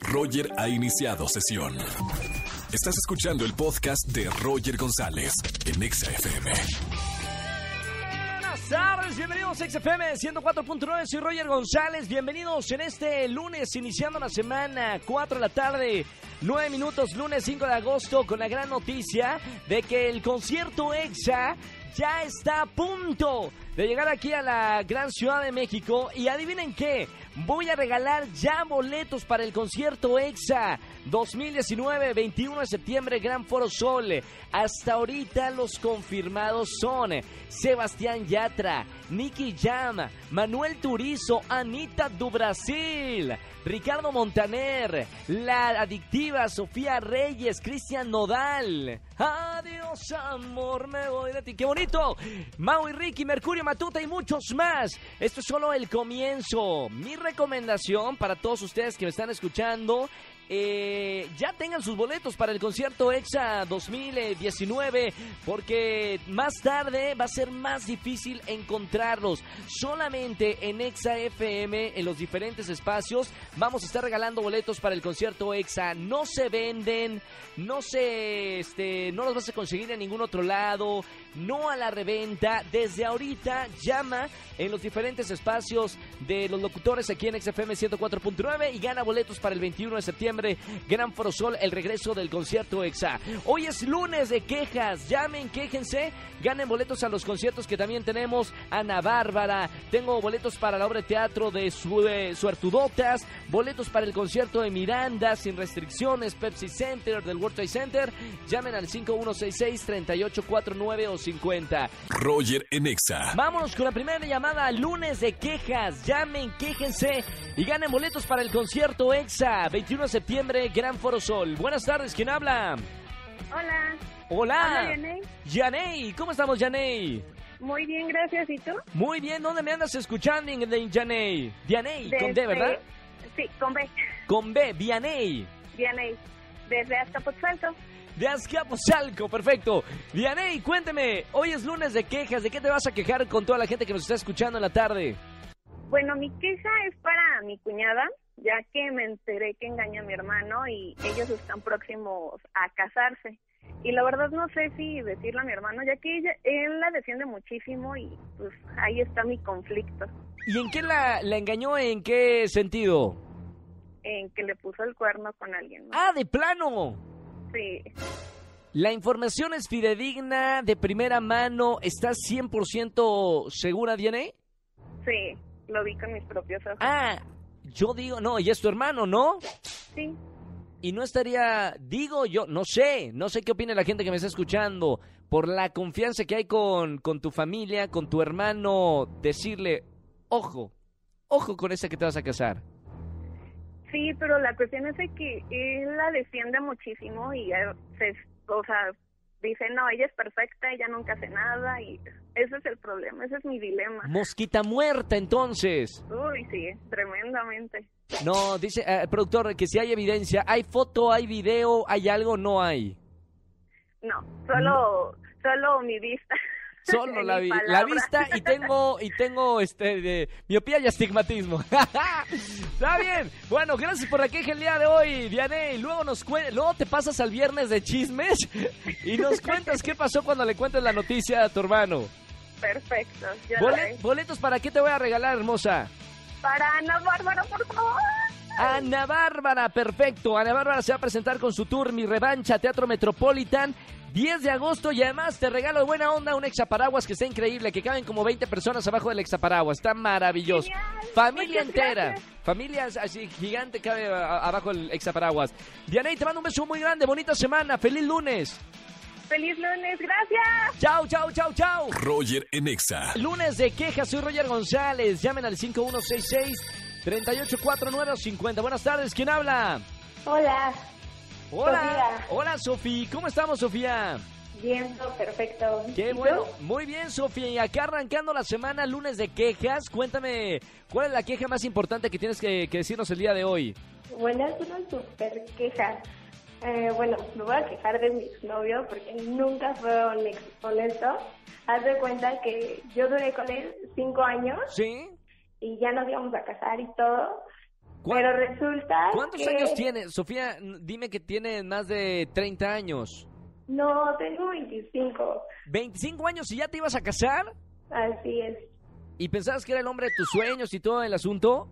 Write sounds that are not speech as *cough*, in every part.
Roger ha iniciado sesión. Estás escuchando el podcast de Roger González en EXA-FM. Buenas tardes, bienvenidos a XFM 104.9, soy Roger González, bienvenidos en este lunes, iniciando la semana, 4 de la tarde, 9 minutos, lunes 5 de agosto, con la gran noticia de que el concierto EXA ya está a punto de llegar aquí a la gran ciudad de México y adivinen qué, voy a regalar ya boletos para el concierto EXA 2019, 21 de septiembre, Gran Foro Sol. Hasta ahorita los confirmados son Sebastián Yatra, Nicky Jam, Manuel Turizo, Anita do Brasil, Ricardo Montaner, la adictiva Sofía Reyes, Cristian Nodal. Adiós, amor, me voy de ti. ¡Qué bonito! Mau y Ricky, Mercurio Matuta y muchos más. Esto es solo el comienzo. Mi recomendación para todos ustedes que me están escuchando eh, ya tengan sus boletos para el concierto EXA 2019, porque más tarde va a ser más difícil encontrarlos. Solamente en EXA FM, en los diferentes espacios, vamos a estar regalando boletos para el concierto EXA. No se venden, no se, este, no los vas a conseguir en ningún otro lado, no a la reventa. Desde ahorita llama en los diferentes espacios de los locutores aquí en XFM 104.9 y gana boletos para el 21 de septiembre. Gran Forosol, el regreso del concierto EXA. Hoy es lunes de quejas, llamen, quéjense, ganen boletos a los conciertos que también tenemos. Ana Bárbara, tengo boletos para la obra de teatro de su, eh, Suertudotas, boletos para el concierto de Miranda, sin restricciones, Pepsi Center, del World Trade Center. Llamen al 5166-3849 o 50. Roger en EXA. Vámonos con la primera llamada, lunes de quejas, llamen, quéjense y ganen boletos para el concierto EXA, 21 de septiembre, Gran Foro Sol. Buenas tardes, ¿quién habla? Hola. Hola. Yaney. Yaney, ¿cómo estamos, Yaney? Muy bien, gracias. ¿Y tú? Muy bien, ¿dónde me andas escuchando, Ing- Yaney? Dianey, con D, Desde- ¿verdad? Sí, con B. *laughs* Con B, Dianey. Yaney. Desde Azcapotzalco. De Azcapotzalco, perfecto. Dianey, cuénteme, hoy es lunes de quejas, ¿de qué te vas a quejar con toda la gente que nos está escuchando en la tarde? Bueno, mi queja es para mi cuñada, ya que me enteré que engaña a mi hermano y ellos están próximos a casarse. Y la verdad no sé si decirle a mi hermano, ya que ella- él la defiende muchísimo y pues ahí está mi conflicto, ¿Y en qué la, la engañó? ¿En qué sentido? en que le puso el cuerno con alguien. más. Ah, de plano. Sí, La información es fidedigna, de primera mano. ¿Estás 100% segura, Dianey? sí, lo vi con mis propios ojos. Ah, yo digo, no, y es tu hermano, ¿no? Sí, Y no estaría, digo yo, no sé, no sé qué opina la gente que me está escuchando, por la confianza que hay con, con tu familia, con tu hermano, decirle, ojo, ojo con esa que te vas a casar. Sí, pero la cuestión es de que él la defiende muchísimo y eh, se, o sea, dice, no, ella es perfecta, ella nunca hace nada y ese es el problema, ese es mi dilema. Mosquita muerta, entonces. Uy, sí, tremendamente. No, dice eh, el productor que si hay evidencia, hay foto, hay video, hay algo, no hay. No, solo, solo mi vista. *laughs* Solo Ni la, vi- la palabra. vista y tengo y tengo este de miopía y astigmatismo. *laughs* Está bien. Bueno, gracias por la queja el día de hoy, Diane. Y luego nos cuen- luego te pasas al viernes de chismes *laughs* y nos cuentas qué pasó cuando le cuentes la noticia a tu hermano. *laughs* Perfecto. yo lo Bolet- haré. boletos para qué te voy a regalar, hermosa. Para Ana Bárbara, por favor. Ana Bárbara, perfecto. Ana Bárbara se va a presentar con su tour Mi Revancha, Teatro Metropolitan. 10 de agosto y además te regalo de buena onda un exaparaguas que está increíble, que caben como 20 personas abajo del exaparaguas, está maravilloso. Genial. Familia Muchas entera, gracias. familia así gigante cabe a- a- abajo del exaparaguas. Dianey, te mando un beso muy grande, bonita semana, feliz lunes. Feliz lunes, gracias. Chao, chao, chao, chao. Roger en EXA. Lunes de quejas, soy Roger González, llamen al 5166 384950. Buenas tardes, ¿quién habla? Hola, Hola, Sofía. hola Sofía, ¿cómo estamos Sofía? bien, perfecto. ¿Y Qué tú? bueno, muy bien Sofía, y acá arrancando la semana, lunes de quejas, cuéntame, ¿cuál es la queja más importante que tienes que, que decirnos el día de hoy? Bueno, es una super queja. Eh, bueno, me voy a quejar de mi exnovio porque nunca fue un ex- honesto. Haz de cuenta que yo duré con él cinco años ¿Sí? y ya nos íbamos a casar y todo. ¿Cuá- Pero resulta ¿Cuántos que- años tiene? Sofía, n- dime que tiene más de 30 años. No, tengo 25. ¿25 años y ya te ibas a casar? Así es. ¿Y pensabas que era el hombre de tus sueños y todo el asunto?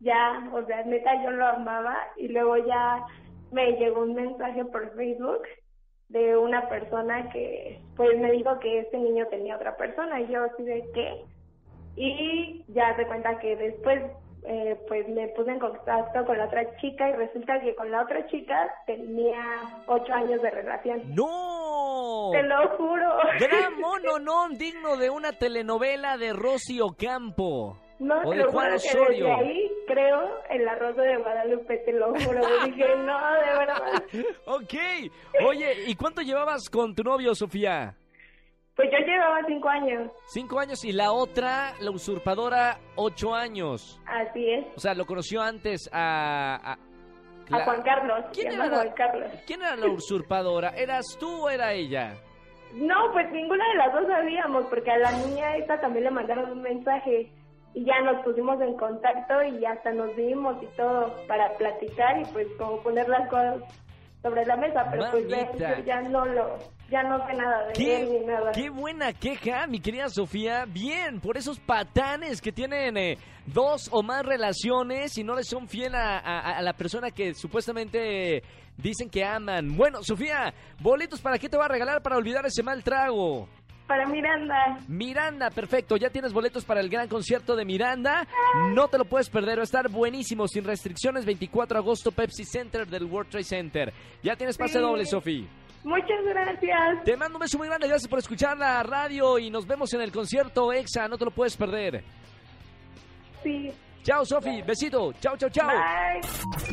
Ya, o sea, neta yo lo amaba y luego ya me llegó un mensaje por Facebook de una persona que pues me dijo que este niño tenía otra persona y yo así de qué. Y ya se cuenta que después eh, pues me puse en contacto con la otra chica y resulta que con la otra chica tenía ocho años de relación. ¡No! Te lo juro. *laughs* Gran mononón digno de una telenovela de Rocío Campo. No, O te de lo Juan juro que desde Osorio. ahí creo en la Rosa de Guadalupe, te lo juro. Dije, no, de verdad. Ok. Oye, ¿y cuánto llevabas con tu novio, Sofía? Pues yo llevaba cinco años, Cinco años y la otra, la usurpadora, ocho años. así es. O sea, lo conoció antes a... a- A Juan Carlos. ¿Quién se era, llama la, Juan Carlos. ¿Quién era la usurpadora? ¿Eras tú o era ella? No, pues ninguna de las dos sabíamos, porque a la niña esta también le mandaron un mensaje y ya nos pusimos en contacto y hasta nos vimos y todo para platicar y pues como poner las cosas sobre la mesa, pero pues ya, Mamita. yo ya no lo, ya no sé nada de él ni ¿Qué, nada. qué buena queja, mi querida Sofía. Bien, por esos patanes que tienen eh, dos o más relaciones y no les son fiel a, a- a la persona que supuestamente eh, dicen que aman. Bueno, Sofía, boletos para qué te va a regalar para olvidar ese mal trago. Para Miranda, Miranda, perfecto, ya tienes boletos para el gran concierto de Miranda. No te lo puedes perder, va a estar buenísimo, sin restricciones, 24 de agosto, Pepsi Center del World Trade Center. Ya tienes pase Sí. doble, Sofía. muchas gracias. Te mando un beso muy grande, gracias por escuchar la radio y nos vemos en el concierto EXA, no te lo puedes perder. Sí. Chao Sofi, besito, chao, chao, chao. Bye.